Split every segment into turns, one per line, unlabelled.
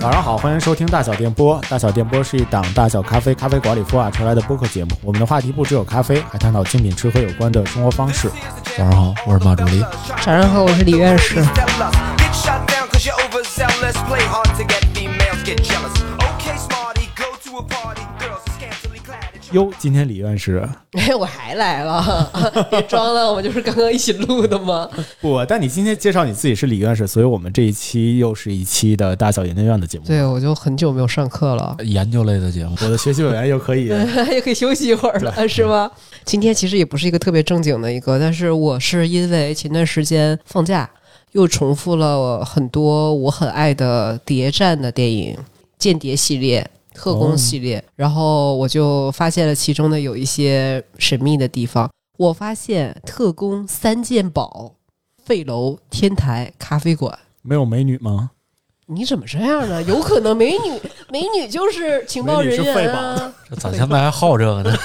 早上好，欢迎收听大小电波。大小电波是一档大小咖啡咖啡馆里孵化出来的播客节目。我们的话题不只有咖啡，还探讨精品吃喝有关的生活方式。
早上好，我是马助理。
早上好，我是李院士。
哟，今天李院士
哎，我还来了，别装了，我就是刚刚一起录的 嘛。
不，但你今天介绍你自己是李院士，所以我们这一期又是一期的大小研究院的节目。
对，我就很久没有上课了，
研究类的节目，
我的学习委员又可以
也可以休息一会儿了，是吗？ 今天其实也不是一个特别正经的一个，但是我是因为前段时间放假，又重复了很多我很爱的谍战的电影，间谍系列。特工系列，然后我就发现了其中的有一些神秘的地方。我发现特工三件宝：废楼、天台、咖啡馆。
没有美女吗？
你怎么这样呢？有可能美女，美女就是情报人
美女是
员
废
啊
榜。
这咱现在还好这个呢，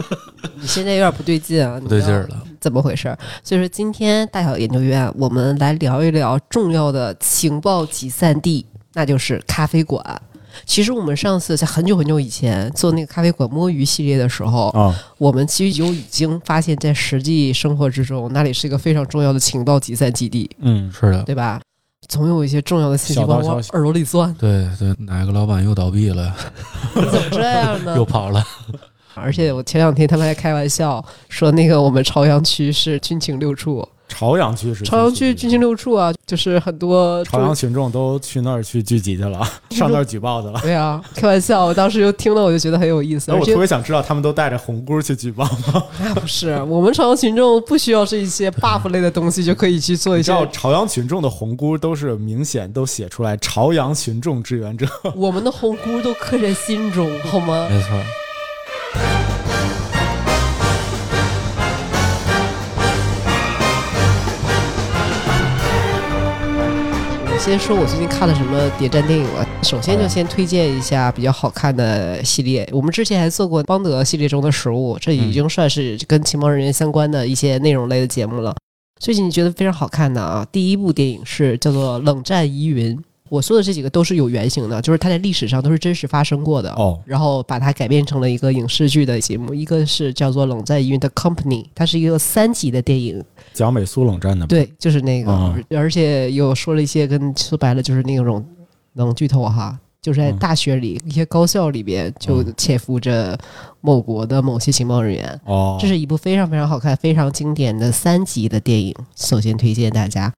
你现在有点不对劲啊，
不对劲
你知道
儿了。
怎么回事儿？所以说，今天大小研究院，我们来聊一聊重要的情报集散地，那就是咖啡馆。其实我们上次在很久很久以前做那个咖啡馆摸鱼系列的时候，
啊、
我们其实就已经发现，在实际生活之中，那里是一个非常重要的情报集散基地，
嗯，
是的，
对吧？总有一些重要的信息
小道
往我
消息
耳朵里钻，
对对，哪个老板又倒闭了，
你怎么这 样呢？
又 跑了，
啊而且我前两天他们还开玩笑说，那个我们朝阳区是军情六处，
朝阳区是
朝阳区军情六处啊，就是很多
朝阳群众都去那儿去聚集去了，上那儿举报去了。
对啊，开玩笑，我当时就听了，我就觉得很有意思。
哎，
而
我
且
特别想知道他们都带着红箍去举报吗？
那不是我们朝阳群众不需要这一些 buff 类的东西就可以去做
你
一
知
些。
道朝阳群众的红箍都是明显都写出来“朝阳群众志愿 者
我们的红箍都刻在心中，好吗？
没错。
我先说我最近看了什么谍战电影啊。首先就先推荐一下比较好看的系列。我们之前还做过邦德系列中的食物，这已经算是跟情报人员相关的一些内容类的节目了。最近觉得非常好看的啊，第一部电影是叫做《冷战疑云》。我说的这几个都是有原型的，就是它在历史上都是真实发生过的。
哦
然后把它改编成了一个影视剧的节目，一个是叫做《冷战疑云》的 Company，它是一个三级的电影，”，
讲美苏冷战的。，
对，就是那个，
嗯
而且有说了一些跟说白了就是那种能剧透哈，就是在
嗯
大学里、一些高校里边就潜伏着某国的某些情报人员。
哦，
这是一部非常非常好看、非常经典的三级的电影，首先推荐大家。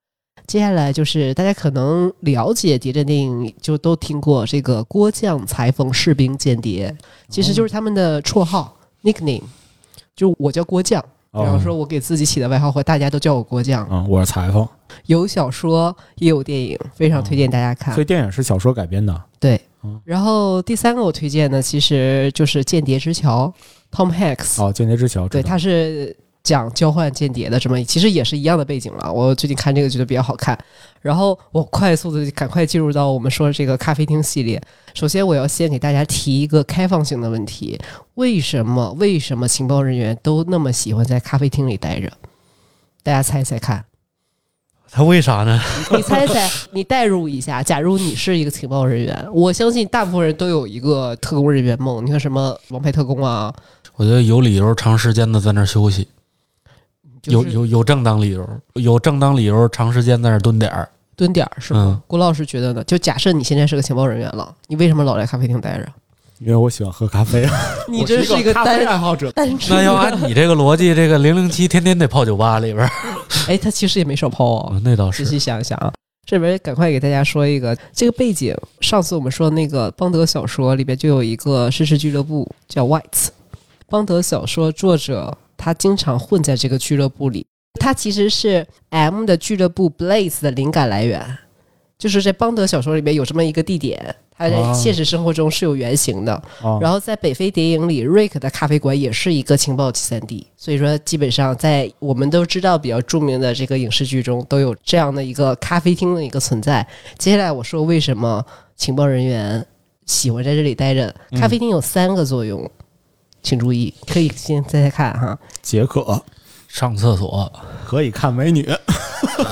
接下来就是大家可能了解谍战电影，就都听过这个郭将裁缝士兵间谍，其实
哦
就是他们的绰号 nickname，就我叫郭将，比
哦
方说我给自己起的外号和大家都叫我郭将，
嗯，我是裁缝，
有小说也有电影，非常推荐大家看
所以。电影是小说改编的。
对
嗯，
然后第三个我推荐呢，其实就是《间谍之桥》，Tom Hanks，
哦，《间谍之桥》
对，
知道
他是讲交换间谍的这么，其实也是一样的背景了。我最近看这个觉得比较好看，然后我快速的赶快进入到我们说这个咖啡厅系列。首先，我要先给大家提一个开放性的问题：为什么为什么情报人员都那么喜欢在咖啡厅里待着？大家猜猜看，
他为啥呢？
你猜猜，你代入一下，假如你是一个情报人员，我相信大部分人都有一个特工人员梦。你看什么《王牌特工》啊，
我觉得有理由长时间的在那儿休息，
就
有
是
有有正当理由，有正当理由长时间在那儿蹲点儿。
蹲点儿是吗？
嗯
郭老师觉得呢？就假设你现在是个情报人员了，你为什么老在咖啡厅待着？
因为我喜欢喝咖 啡，
你
我是
真
一
个
咖啡
单
爱好者。
单纯。
那要按你这个逻辑，这个零零七天天得泡酒吧里边儿。
哎，他其实也没少抛哦。
哦那倒
仔
是，
细想一想啊，这边赶快给大家说一个这个背景。上次我们说那个邦德小说里边就有一个绅士俱乐部叫 White，邦德小说作者他经常混在这个俱乐部里，他其实是 M 的俱乐部 Blaze 的灵感来源，就是在邦德小说里面有这么一个地点。它在
哦
现实生活中是有原型的，
哦
然后在北非谍影里，瑞克的咖啡馆也是一个情报集散地，所以说基本上在我们都知道比较著名的这个影视剧中都有这样的一个咖啡厅的一个存在。接下来我说为什么情报人员喜欢在这里待着？
嗯
咖啡厅有三个作用，请注意，可以先猜猜看哈。
解渴，
上厕所
可以看美女，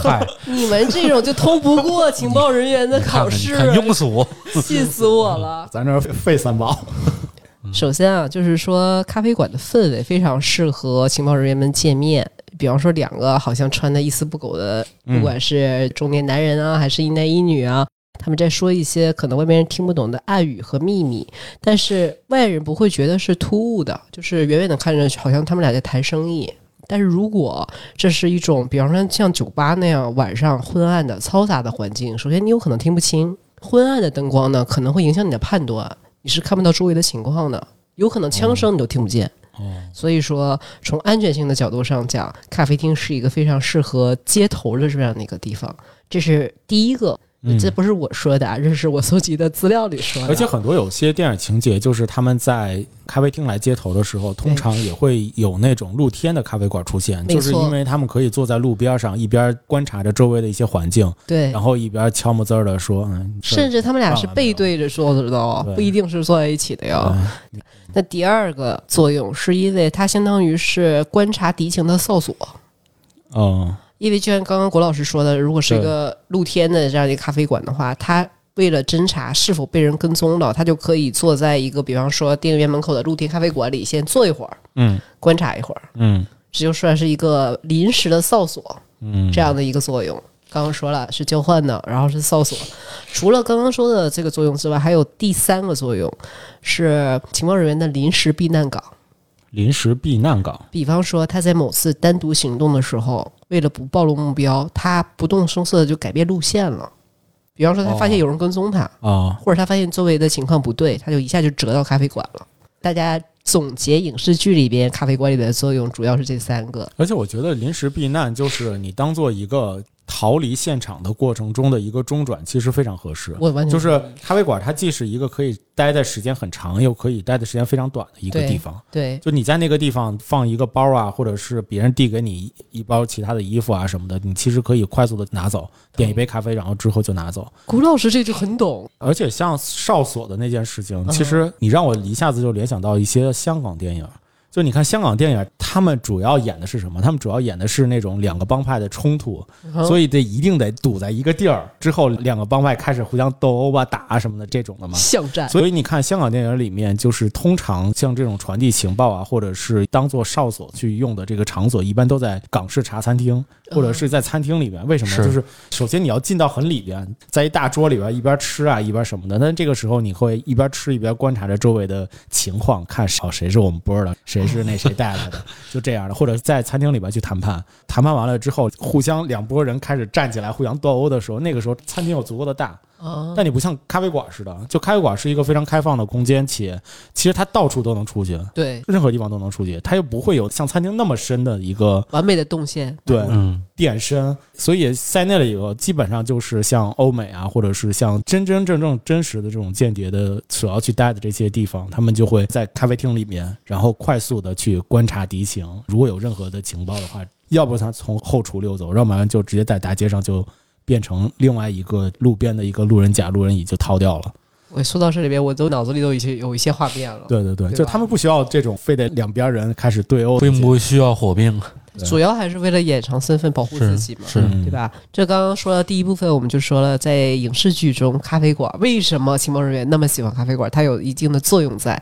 嗨，
你们这种就通不过情报人员的考试，啊
很庸俗。
气死我了。
咱这儿费三 包。
首先啊，就是说咖啡馆的氛围非常适合情报人员们见面。比方说，两个好像穿的一丝不苟的，
嗯
不管是中年男人啊，还是一男一女啊，他们在说一些可能外面人听不懂的暗语和秘密，但是外人不会觉得是突兀的，就是远远的看着好像他们俩在谈生意。但是如果这是一种，比方说像酒吧那样晚上昏暗的嘈杂的环境，首先你有可能听不清，昏暗的灯光呢可能会影响你的判断，你是看不到周围的情况的，有可能枪声你都听不见。
哦，
所以说，从安全性的角度上讲，咖啡厅是一个非常适合街头的这样的一个地方。这是第一个，
嗯
这不是我说的啊， 这是我搜集的资料里说的。啊
而且很多有些电影情节，就是他们在咖啡厅来街头的时候，通常也会有那种露天的咖啡馆出现，
没错
就是因为他们可以坐在路边上，一边观察着周围的一些环境，
对
然，后一边悄没滋儿的说：“嗯，这
甚至他们俩是背对着坐着的哦
对，
不一定是坐在一起的哟。
嗯
那第二个作用是因为它相当于是观察敌情的哨所。
哦，
因为就像刚刚郭老师说的，如果是一个露天的这样一个咖啡馆的话，他为了侦查是否被人跟踪了，他就可以坐在一个比方说电影院门口的露天咖啡馆里先坐一会儿，
嗯
观察一会儿，
嗯
这就算是一个临时的哨所
嗯，
这样的一个作用。刚刚说了是交换的，然后是哨所。除了刚刚说的这个作用之外，还有第三个作用是情报人员的临时避难港。
临时避难港。
比方说，他在某次单独行动的时候，为了不暴露目标，他不动声色的就改变路线了。比方说，他发现有人跟踪他，”
哦，
或者他发现周围的情况不对，他就一下就折到咖啡馆了。大家总结影视剧里边咖啡馆里的作用，主要是这三个。
而且我觉得临时避难就是你当做一个逃离现场的过程中的一个中转，其实非常合适。
我完全
就是咖啡馆，它既是一个可以待的时间很长，又可以待的时间非常短的一个
对
地方。
对
就你在那个地方放一个包啊，或者是别人递给你一包其他的衣服啊什么的，你其实可以快速的拿走，点一杯咖啡，然后之后就拿走。
古老师这就很懂，
而且像哨所的那件事情，
嗯
其实你让我一下子就联想到一些香港电影。就你看香港电影，他们主要演的是什么？他们主要演的是那种两个帮派的冲突，所
以
以得一定得堵在一个地儿，之后两个帮派开始互相斗殴吧、打啊什么的这种的嘛。
巷战。
所以你看，香港电影里面就是通常像这种传递情报啊，或者是当做哨所去用的这个场所，一般都在港式茶餐厅
嗯
或者是在餐厅里面。为什么？
是
就是首先你要进到很里边，在一大桌里边一边吃啊一边什么的。但这个时候你会一边吃一边观察着周围的情况，看哦谁是我们波儿的，谁是那谁带来的，就这样的。或者在餐厅里边去谈判，谈判完了之后，互相两拨人开始站起来互相斗殴的时候，那个时候餐厅有足够的大，
啊
但你不像咖啡馆似的，就咖啡馆是一个非常开放的空间，且其实它到处都能出去，
对，
任何地方都能出去，它又不会有像餐厅那么深的一个
完美的动线。
对
嗯，
店深，所以在那里头基本上就是像欧美啊，或者是像真真正正真实的这种间谍的所要去待的这些地方，他们就会在咖啡厅里面，然后快速的去观察敌情，如果有任何的情报的话，要不他从后厨溜走，要不然就直接在大街上就变成另外一个路边的一个路人甲、路人乙就掏掉了。
我说到这里边，我都脑子里都已经有一些画面了。
对哦对对，
对
就
吧
他们不需要这种非得两边人开始对殴的
并
这种，
不需要火并，
对
主要还是为了掩藏身份，保护自
是
己嘛。
是，
嗯
对？吧？这刚刚说的第一部分，我们就说了，在影视剧中，咖啡馆为什么情报人员那么喜欢咖啡馆？它有一定的作用在。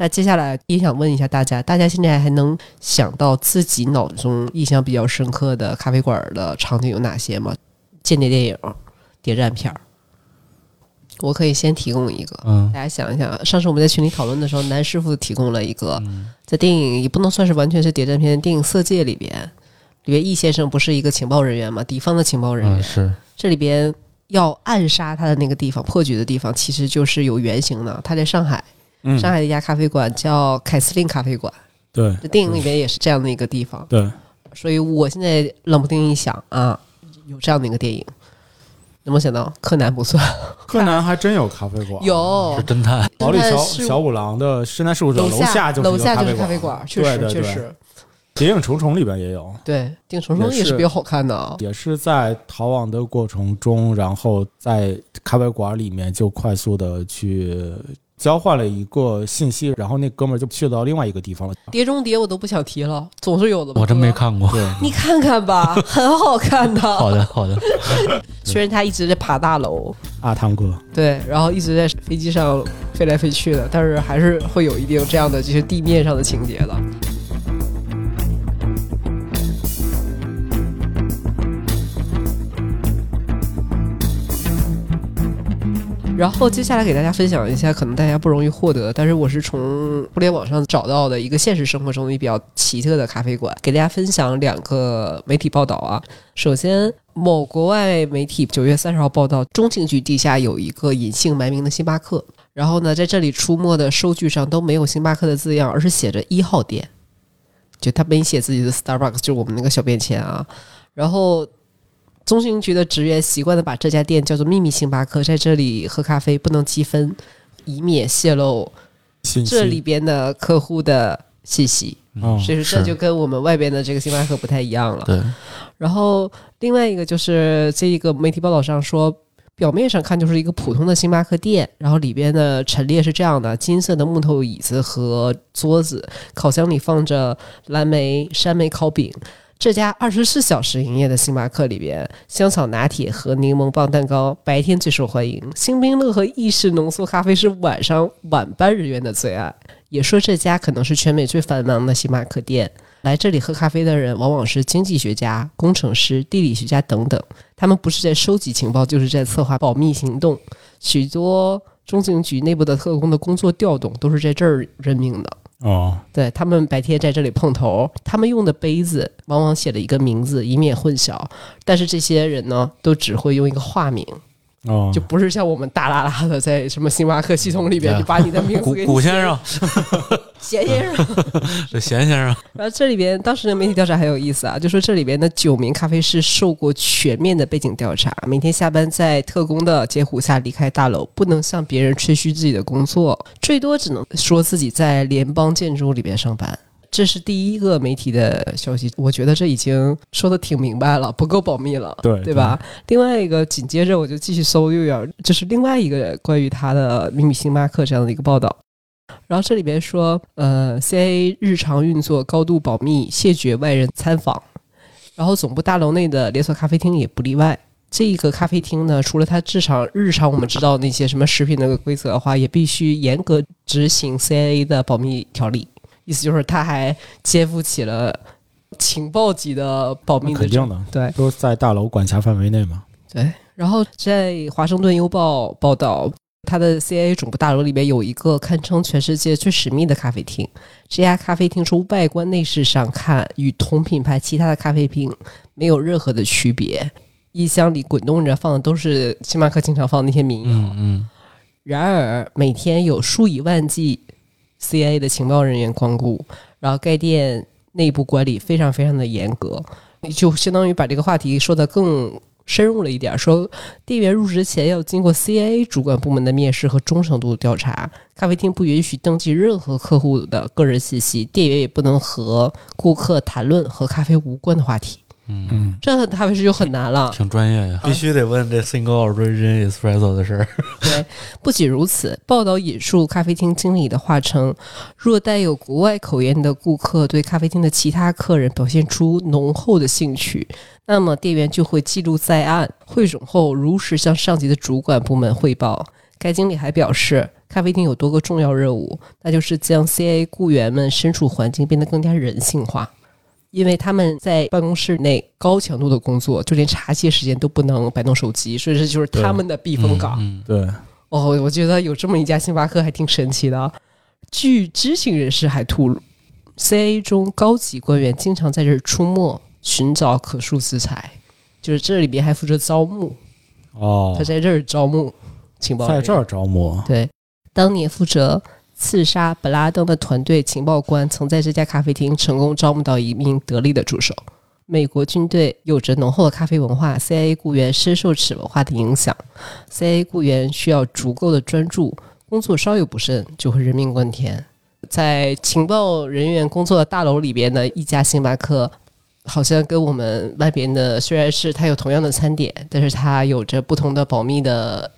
那接下来也想问一下大家，大家现在还能想到自己脑中印象比较深刻的咖啡馆的场景有哪些吗？间谍电影、谍战片儿，我可以先提供一个。
嗯
大家想一想，上次我们在群里讨论的时候，南师傅提供了一个，在电影也不能算是完全是谍战片，电影《色戒》里边，里边易先生不是一个情报人员嘛，敌方的情报人员，
嗯是，
这里边要暗杀他的那个地方，破局的地方，其实就是有原型的。他在上海，
嗯
上海的一家咖啡馆叫凯司令咖啡馆，
对
这电影里边也是这样的一个地方，
对，
所以我现在冷不丁一想啊，有这样的一个电影。能不能想到柯南不算
柯南还真有咖啡馆，
有
是侦探，
毛利
侦探
小
事务
小五郎的深南事务所
楼
下就是
楼
一个
下就是
咖
咖
啡
啡
馆
馆，，确实
对对
确
对
实，
谍影重重里边也有，
对，定重重
也
也
是
是比较好看的啊。
也是在逃亡的过程中，然后在咖啡馆里面就快速的去交换了一个信息，然后那哥们儿就去到另外一个地方了。
碟中谍我都不想提了，总是有的吧。
我真没
哥，
看过。
对，
你看看吧，很好看的。
好的，好的，
虽然他一直在爬大楼，
阿汤哥，
对，然后一直在飞机上飞来飞去的，但是还是会有一定这样的就是地面上的情节的。然后接下来给大家分享一下，可能大家不容易获得，但是我是从互联网上找到的一个现实生活中的比较奇特的咖啡馆，给大家分享两个媒体报道啊。首先，某国外媒体九月三十号报道，中情局地下有一个隐姓埋名的星巴克，然后呢，在这里出没的收据上都没有星巴克的字样，而是写着一号店，就他没写自己的 Starbucks，就是我们那个小便签啊。然后，中情局的职员习惯的把这家店叫做秘密星巴克，在这里喝咖啡不能积分，以免泄露
信息
这里边的客户的信息。
嗯
所以说这
哦是
就跟我们外边的这个星巴克不太一样了。
对，
然后另外一个就是这一个媒体报道上说，表面上看就是一个普通的星巴克店，然后里边的陈列是这样的：金色的木头椅子和桌子，烤箱里放着蓝莓、山莓烤饼。这家 二十四小时营业的星巴克里边，香草拿铁和柠檬棒蛋糕白天最受欢迎，星冰乐和意式浓缩咖啡是晚上晚班人员的最爱。也说这家可能是全美最繁忙的星巴克店。来这里喝咖啡的人往往是经济学家、工程师、地理学家等等，他们不是在收集情报，就是在策划保密行动。许多中情局内部的特工的工作调动都是在这儿任命的。
哦，
对他们白天在这里碰头，他们用的杯子往往写了一个名字，以免混淆。但是这些人呢，都只会用一个化名，
嗯
哦，
就不是像我们大拉拉的在什么星巴克系统里边就把你的名字
古
给你
古
写
先生，
写先生。
这贤先生，
然后这里边当时的媒体调查很有意思啊，就说这里边的九名咖啡师受过全面的背景调查，每天下班在特工的监护下离开大楼，不能向别人吹嘘自己的工作，最多只能说自己在联邦建筑里边上班。这是第一个媒体的消息，我觉得这已经说的挺明白了，不够保密了，
对
对吧？另外一个，紧接着我就继续搜右眼，这是另外一个关于他的秘密星巴克这样的一个报道。然后这里边说，呃，CIA 日常运作高度保密，谢绝外人参访。然后总部大楼内的连锁咖啡厅也不例外。这个咖啡厅呢，除了它日常日常我们知道那些什么食品的规则的话，也必须严格执行 CIA 的保密条例。意思就是，他还肩负起了情报级的保密
那
的
肯
责
定的，
对。
都在大楼管辖范围内嘛。
对，然后在《华盛顿邮报》报道，它的 CIA 总部大楼里面有一个堪称全世界最神秘的咖啡厅。这家咖啡厅从外观内饰上看，与同品牌其他的咖啡厅没有任何的区别。衣箱里滚动着放的都是星巴克经常放的那些民谣，
嗯嗯，
然而，每天有数以万计 CIA 的情报人员光顾，然后该店内部管理非常非常的严格，就相当于把这个话题说得更深入了一点，说店员入职前要经过 CIA 主管部门的面试和忠诚度调查，咖啡厅不允许登记任何客户的个人信息，店员也不能和顾客谈论和咖啡无关的话题。
嗯，
这咖啡师就很难了，
挺专业呀，
必
须得问这 single origin espresso 的事儿。
对，不仅如此，报道引述咖啡厅经理的话称，若带有国外口音的顾客对咖啡厅的其他客人表现出浓厚的兴趣，那么店员就会记录在案，汇总后如实向上级的主管部门汇报。该经理还表示，咖啡厅有多个重要任务，那就是将 CIA 雇员们身处环境变得更加人性化。因为他们在办公室内高强度的工作，就连茶歇时间都不能摆弄手机，所以这就是他们的避风港。
嗯，
对，
哦，我觉得有这么一家星巴克还挺神奇的啊。据知情人士还透露，CIA 中高级官员经常在这儿出没，寻找可塑之才，就是这里边还负责招募，
哦
他，在这儿招募情报
在
人员，
这儿招募，
对，当年负责刺杀本拉登的团队情报官曾在这家咖啡厅成功招募到一名得力的助手。美国军队有着浓厚的咖啡文化，CIA 雇员深受此文化的影响。CIA 雇员需要足够的专注，工作稍有不慎就会人命关天。在情报人员工作的大楼里边的一家星巴克，好像跟我们外边的虽然是它有同样的餐点，但是它有着不同的保密的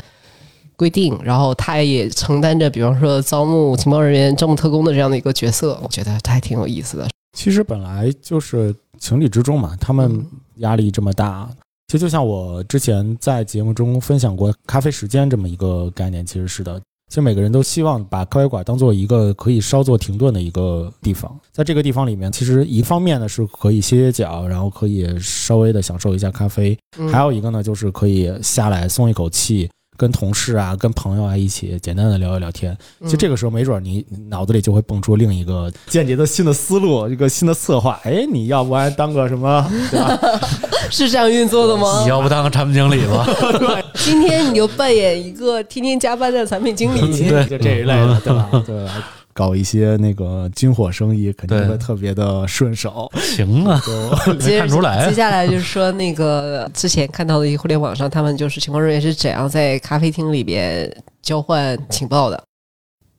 规定，然后他也承担着，比方说招募情报人员、招募特工的这样的一个角色，我觉得他还挺有意思的。
其实本来就是情理之中嘛，他
嗯
们压力这么大。其实就像我之前在节目中分享过咖啡时间这么一个概念，其实是的。其实每个人都希望把咖啡馆当做一个可以稍作停顿的一个地方，在这个地方里面，其实一方面呢是可以歇歇脚，然后可以稍微的享受一下咖啡，
嗯、
还有一个呢，就是可以下来松一口气，跟同事啊、跟朋友啊一起简单的聊一聊天。
嗯，
其实这个时候，没准你脑子里就会蹦出另一个间谍的新的思路，一个新的策划。哎，你要不然当个什么？对吧
是这样运作的吗
嗯你？要不当个产品经理吧？
今天你就扮演一个天天加班的产品 经理，
对
就这一类的，对吧？对吧。搞一些那个军火生意，肯定
对
会特别的顺手。
行啊，
就
没看出来 啊
接下来就是说，那个之前看到的一个互联网上，他们就是情报人员是怎样在咖啡厅里边交换情报的。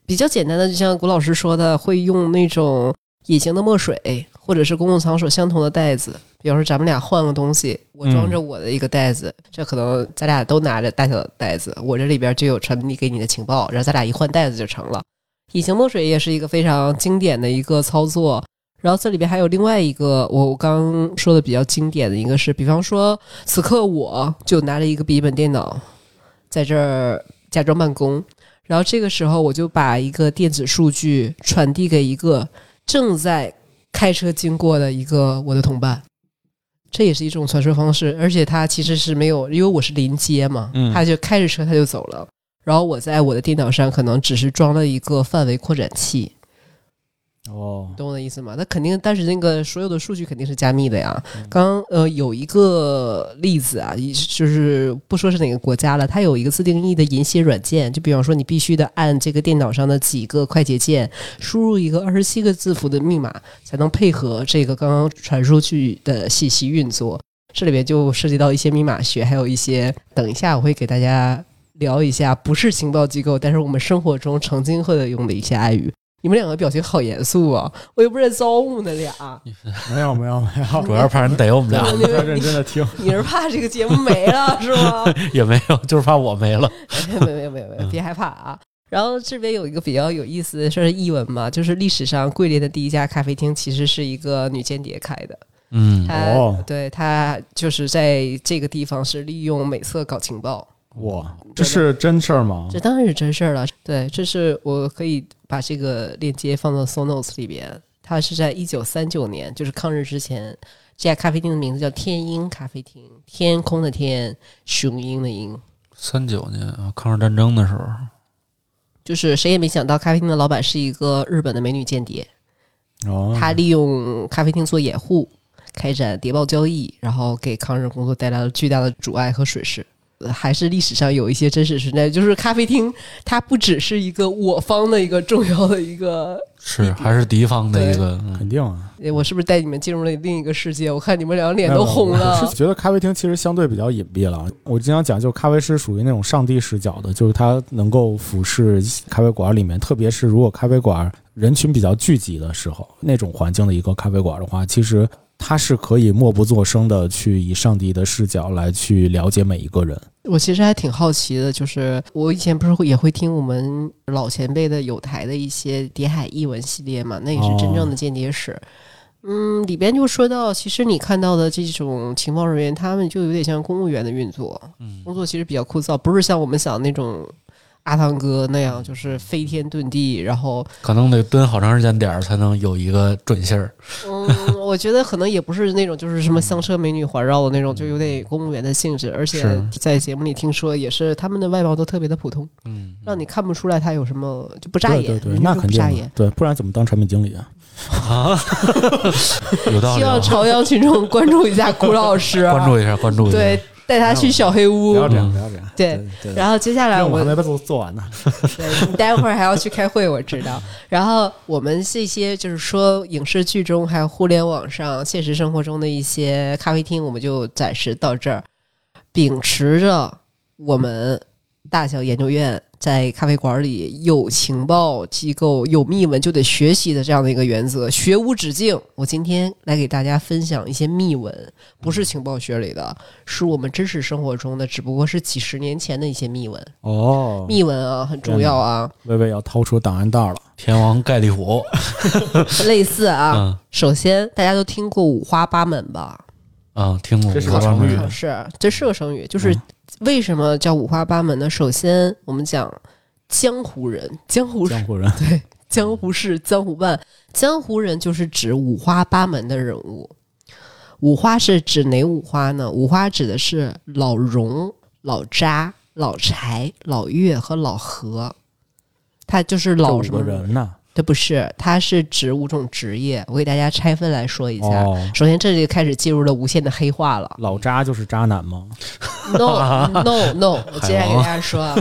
比较简单的，就像谷老师说的，会用那种隐形的墨水，或者是公共场所相同的袋子。比方说，咱们俩换个东西，我装
嗯
着我的一个袋子，这可能咱俩都拿着大小的袋子，我这里边就有传递给你的情报，然后咱俩一换袋子就成了。隐形墨水也是一个非常经典的一个操作，然后这里边还有另外一个，我刚说的比较经典的一个是，比方说此刻我就拿着一个笔记本电脑，在这儿假装办公，然后这个时候我就把一个电子数据传递给一个正在开车经过的一个我的同伴，这也是一种传输方式，而且他其实是没有，因为我是临街嘛，
嗯
他就开着车他就走了，然后我在我的电脑上可能只是装了一个范围扩展器，
哦，
懂我的意思吗？那肯定，但是那个所有的数据肯定是加密的呀。刚呃有一个例子啊，一就是不说是哪个国家了，它有一个自定义的银蝎软件，就比方说你必须得按这个电脑上的几个快捷键，输入一个二十七个字符的密码，才能配合这个刚刚传输去的信息运作。这里边就涉及到一些密码学，还有一些等一下我会给大家聊一下，不是情报机构，但是我们生活中曾经会用的一些暗语。你们两个表情好严肃啊！我又不是在招募那俩，
没有没有没有，
主要是怕 人逮我们俩，
你要认真的听。
你是怕这个节目没 了是吗？
也没有，就是怕我没了。
没有没有没有没有，别害怕啊！然后这边有一个比较有意思的，算是译文嘛，就是历史上桂林的第一家咖啡厅其实是一个女间谍开的，
嗯，
她、
哦
对她就是在这个地方是利用美色搞情报，
哇，这是真事儿吗？
这当然是真事儿了。对，这是我可以把这个链接放到 show notes 里边。它是在一九三九年，就是抗日之前，这家咖啡厅的名字叫天鹰咖啡厅，天空的天，雄鹰的鹰。
三九年啊，抗日战争的时候，
就是谁也没想到，咖啡厅的老板是一个日本的美女间谍，
哦，
她利用咖啡厅做掩护，开展谍报交易，然后给抗日工作带来了巨大的阻碍和损失。呃还是历史上有一些真实存在，就是咖啡厅，它不只是一个我方的一个重要的一个嗯
是还是敌方的一个，嗯
肯定啊。
诶我是不是带你们进入了另一个世界？我看你们两个脸都红
哎我
了
是。觉得咖啡厅其实相对比较隐蔽了。我经常讲，就咖啡师属于那种上帝视角的，就是它能够俯视咖啡馆里面，特别是如果咖啡馆人群比较聚集的时候，那种环境的一个咖啡馆的话，其实它是可以默不作声的去以上帝的视角来去了解每一个人。
我其实还挺好奇的，就是我以前不是会也会听我们老前辈的有台的一些谍海译文系列嘛，那也是真
哦
正的间谍史。嗯，里边就说到，其实你看到的这种情报人员，他们就有点像公务员的运作，
嗯
工作其实比较枯燥，不是像我们想的那种阿汤哥那
嗯
样，就是飞天遁地，然后
可能得蹲好长时间点儿才能有一个准信儿。
嗯，我觉得可能也不是那种就是
嗯
什么香车美女环绕的那种，就有点公务员的性质，而且
是
在节目里听说也是他们的外貌都特别的普通，
嗯，
让你看不出来他有什么就不扎
对对
眼，
对，
人家
那
就
肯
不
定
扎
的
眼。
对，不然怎么当产品经理啊？
啊， 有道
希
理啊、
望朝阳群众关注一 下谷老师、啊，
关注一下，关注一下。
对，带他去小黑
不
屋。
要这样，
嗯
不要这样。
对
对对。
然后接下来
任务
我
还
们
没做做完呢，
对你待会儿还要去开会，我知道。然后我们这些就是说影视剧中还有互联网上现实生活中的一些咖啡厅，我们就暂时到这儿，秉持着我们大小研究院在咖啡馆里有情报机构有秘闻就得学习的这样的一个原则，学无止境。我今天来给大家分享一些秘闻，不是情报学里的，是我们真实生活中的，只不过是几十年前的一些秘闻。
哦，
秘闻啊，很重要啊，
微微要掏出档案袋了。
天王盖地虎，
类似啊。
嗯
首先，大家都听过五花八门吧？
啊，听过
这是
五花
个
八
成
门
语
的
是，这是个成语，就是为什么叫五花八门呢？首先，我们讲江湖人，江湖
江湖人，
江湖事、江湖办，江湖人就是指五花八门的人物。五花是指哪五花呢？五花指的是老荣、老扎、老柴、老岳和老何。他就是老
这
什
五
么
个？人呐？
这不是，他是指五种职业。我给大家拆分来说一下。
哦，
首先，这就开始进入了无限的黑化了。
老渣就是渣男吗？
No no no！我接下来给大家说啊，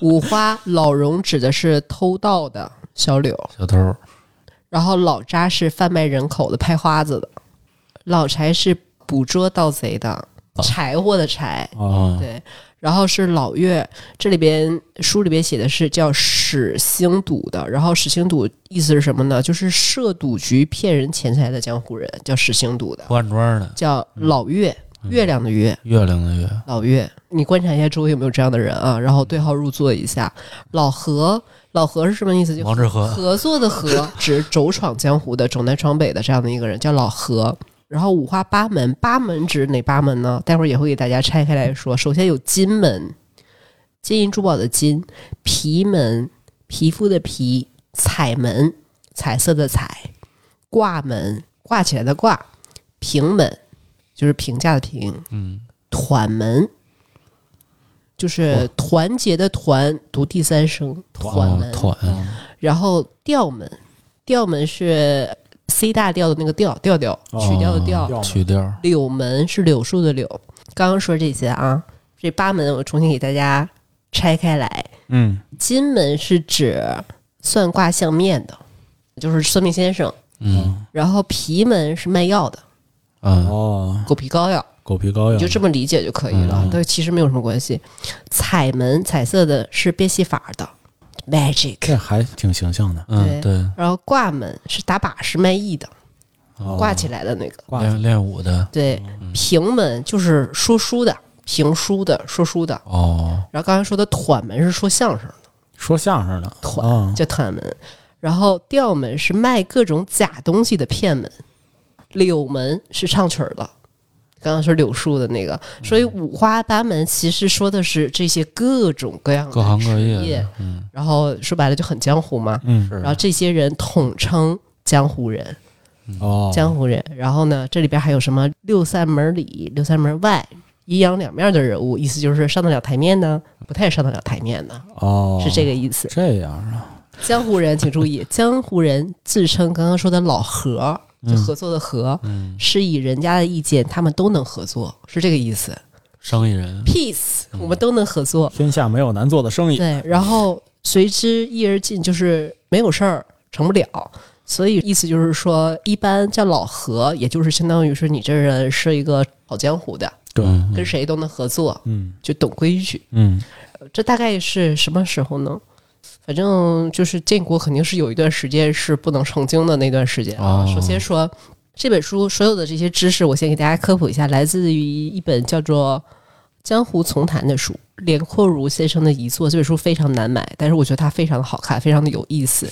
五花老荣指的是偷盗的小柳，
小偷儿，
然后老扎是贩卖人口的、拍花子的，老柴是捕捉盗贼的、柴火的柴，
哦，
对。然后是老岳，这里边书里边写的是叫使兴赌的，然后使兴赌意思是什么呢？就是设赌局骗人钱财的江湖人，叫使兴赌的，
不按庄的，
叫老岳，月亮的月。
月亮的月，
老岳，你观察一下周围有没有这样的人啊，然后对号入座一下。老何，老何是什么意思？就
王致和，
合作的合，指走闯江湖的、走南闯北的这样的一个人，叫老何。然后五花八门，八门指哪八门呢？待会儿也会给大家拆开来说。首先有金门，金银珠宝的金；皮门，皮肤的皮；彩门，彩色的彩；挂门，挂起来的挂；平门，就是评价的评；
嗯，
团门，就是团结的团，读第三声，团
哦
门。
团，
然后调门，调门是 C 大调的那个调，调调，
嗯
哦
曲调的调。
掉了
曲调，
柳门是柳树的柳。刚刚说这些啊，这八门我重新给大家拆开来。
嗯，
金门是指算卦相面的，就是算命先生。
嗯
然后皮门是卖药的，
嗯，
哦，
狗皮膏药。
狗皮膏药
你就这么理解就可以了
嗯，
但其实没有什么关系。彩门彩色的是变戏法的
这
magic，
还挺形象的，
嗯，对，
然后挂门是打把式卖艺的，
哦
挂起来的那个。
挂
练练武的，
对，
嗯
评门就是说书的，评书的，说书的。
哦，
然后刚才说的团门是说相声的，
说相声的，
团
啊
叫团门。然后调门是卖各种假东西的骗门，柳门是唱曲儿的，刚刚说柳树的那个。所以五花八门其实说的是这些各种各样的
各行各
职
业的，嗯，
然后说白了就很江湖嘛。
嗯，
是
然后这些人统称江湖人。
哦，
江湖人。然后呢，这里边还有什么六扇门里、六扇门外，阴阳两面的人物，意思就是上得了台面呢，不太上得了台面呢，
哦，
是这个意思。
这样啊，
江湖人，请注意，江湖人自称刚刚说的老何，
嗯
就合作的合，是以人家的意见，他们都能合作，是这个意思。
嗯
生意人，
Peace，我们都能合作。
天下没有难做的生意，
对，然后随之一而尽，就是没有事儿成不了。所以意思就是说，一般叫老何，也就是相当于是你这人是一个跑江湖的，
对，
嗯
跟谁都能合作，
嗯
就懂规矩。
嗯，
这大概是什么时候呢？反正就是建国肯定是有一段时间是不能成精的那段时间啊。
哦
首先说这本书所有的这些知识，我先给大家科普一下，来自于一本叫做《江湖丛谈》的书，连阔如先生的遗作。这本书非常难买，但是我觉得它非常的好看，非常的有意思。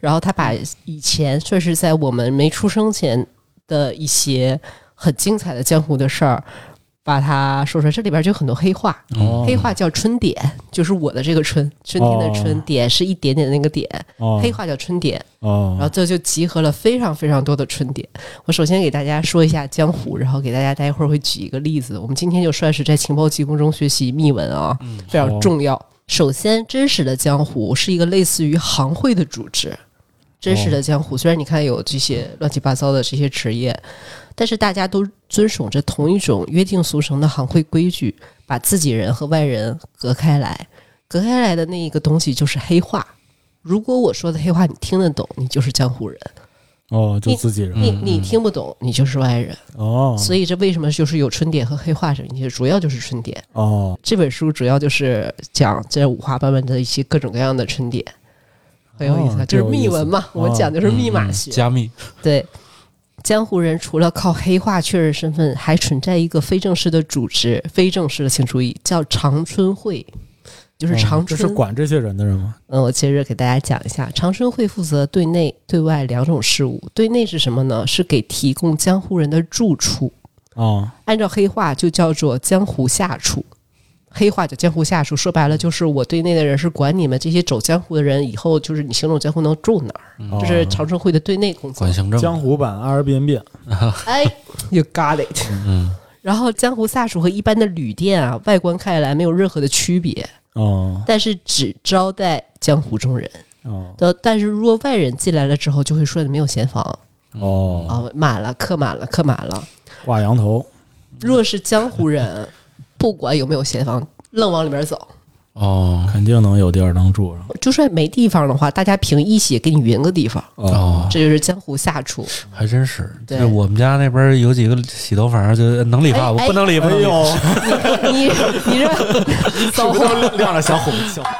然后他把以前算是在我们没出生前的一些很精彩的江湖的事儿，把它说出来。这里边就有很多黑话，
哦
黑话叫春点，就是我的这个春，春天的春，
哦
点是一点点的那个点，
哦
黑话叫春点，然后
哦，
这就集合了非常非常多的春点。我首先给大家说一下江湖，然后给大家待会儿会举一个例子。我们今天就算是在情报技工中学习密文啊，
嗯
非常重要。首先，真实的江湖是一个类似于行会的组织。真实
哦
的江湖，虽然你看有这些乱七八糟的这些职业，但是大家都遵守着同一种约定俗成的行会规矩，把自己人和外人隔开来。隔开来的那一个东西就是黑话。如果我说的黑话你听得懂，你就是江湖人；
哦，就自己人
你你听不懂，你就是外人。
哦
所以这为什么就是有春点和黑化什么？你主要就是春点。
哦
这本书主要就是讲这五花八门的一些各种各样的春点，很有意思，啊
哦
就是
这有意
密
思
文嘛。我们
哦
讲就是密码学。
嗯加密，
对，江湖人除了靠黑化确认身份，还存在一个非正式的组织，非正式的请注意，叫长春会，就是长
嗯这
春。
是管这些人的人吗？
嗯，我接着给大家讲一下，长春会负责对内对外两种事务。对内是什么呢？是给提供江湖人的住处，
哦
按照黑话就叫做江湖下处。黑话叫江湖下处，说白了就是我对内的人是管你们这些走江湖的人，以后就是你行走江湖能住哪儿，
哦
嗯这是长春会的对内工作
管。行政，
江湖版 Airbnb
哎，You got it。
嗯，
然后江湖下属和一般的旅店啊，外观看来没有任何的区别，
哦
但是只招待江湖中人。
哦
的，但是如果外人进来了之后，就会说没有闲房
哦，
啊，满了，客满了，客满了。
挂羊头
若是江湖人，不管有没有闲房，愣往里边走。
哦
肯定能有地儿能住上。
就算没地方的话，大家凭义气也给你匀个地方。
哦，
这就是江湖下处。
还真是。
对
就是我们家那边有几个洗头房，就能理发，
哎
我不能理发。
哎呦，
你你这走
是不是都亮了小红小红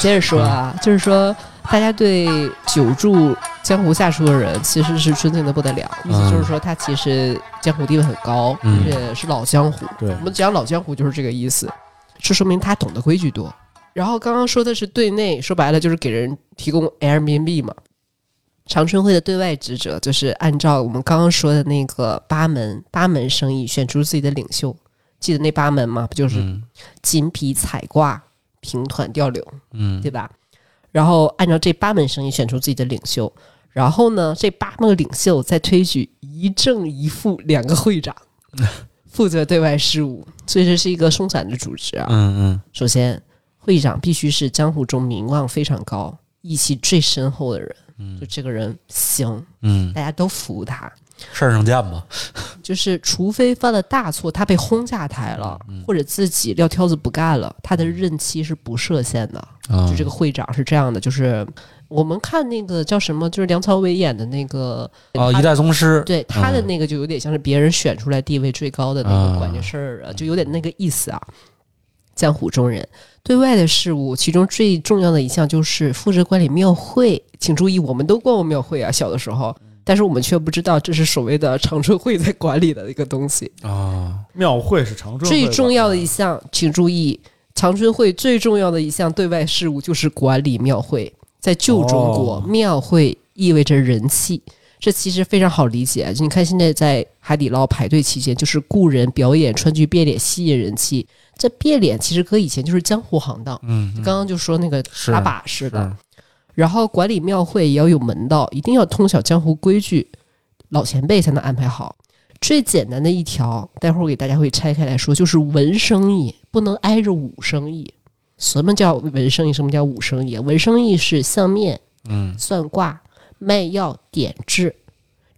接着说啊，就是说大家对久住江湖下处的人其实是尊敬的不得了，意思就是说他其实江湖地位很高，
嗯
而且是老江湖。
对
我们讲老江湖就是这个意思，这说明他懂得规矩多。然后刚刚说的是对内，说白了就是给人提供 Airbnb 嘛。长春会的对外职责就是按照我们刚刚说的那个八门八门生意选出自己的领袖，记得那八门吗？不就是
嗯
金皮彩挂、平团吊柳？
嗯
对吧？然后按照这八门生意选出自己的领袖，然后呢，这八个领袖再推举一正一副两个会长，负责对外事务，所以这是一个松散的组织啊。
嗯
首先，会长必须是江湖中名望非常高、义气最深厚的人，就这个人行，
嗯嗯，
大家都服他。
事儿上见吧。
就是除非犯了大错，他被轰下台了，或者自己撂挑子不干了，他的任期是不设限的。
啊
就这个会长是这样的，就是我们看那个叫什么，就是梁朝伟演的那个
哦，一
他
代宗嗯师，
对他的那个就有点像是别人选出来地位最高的那个
啊
管这事儿啊，就有点那个意思啊。江湖中人对外的事务，其中最重要的一项就是负责管理庙会。请注意，我们都逛过庙会啊，小的时候，
嗯
但是我们却不知道这是所谓的长春会在管理的一个东西。
啊，
庙会是长春会
最
吧
重要的一项，请注意，长春会最重要的一项对外事务就是管理庙会。在旧中国，
哦
庙会意味着人气，这其实非常好理解。啊就你看，现在在海底捞排队期间，就是雇人表演川剧变脸吸引人气。这变脸其实搁以前就是江湖行当，
嗯，
刚刚就说那个
是
打把式的。
是
然后管理庙会也要有门道，一定要通晓江湖规矩，老前辈才能安排好。最简单的一条，待会儿我给大家会拆开来说，就是文生意不能挨着武生意。什么叫文生意？什么叫武生意？文生意是相面、
嗯
算卦、卖药、点痣，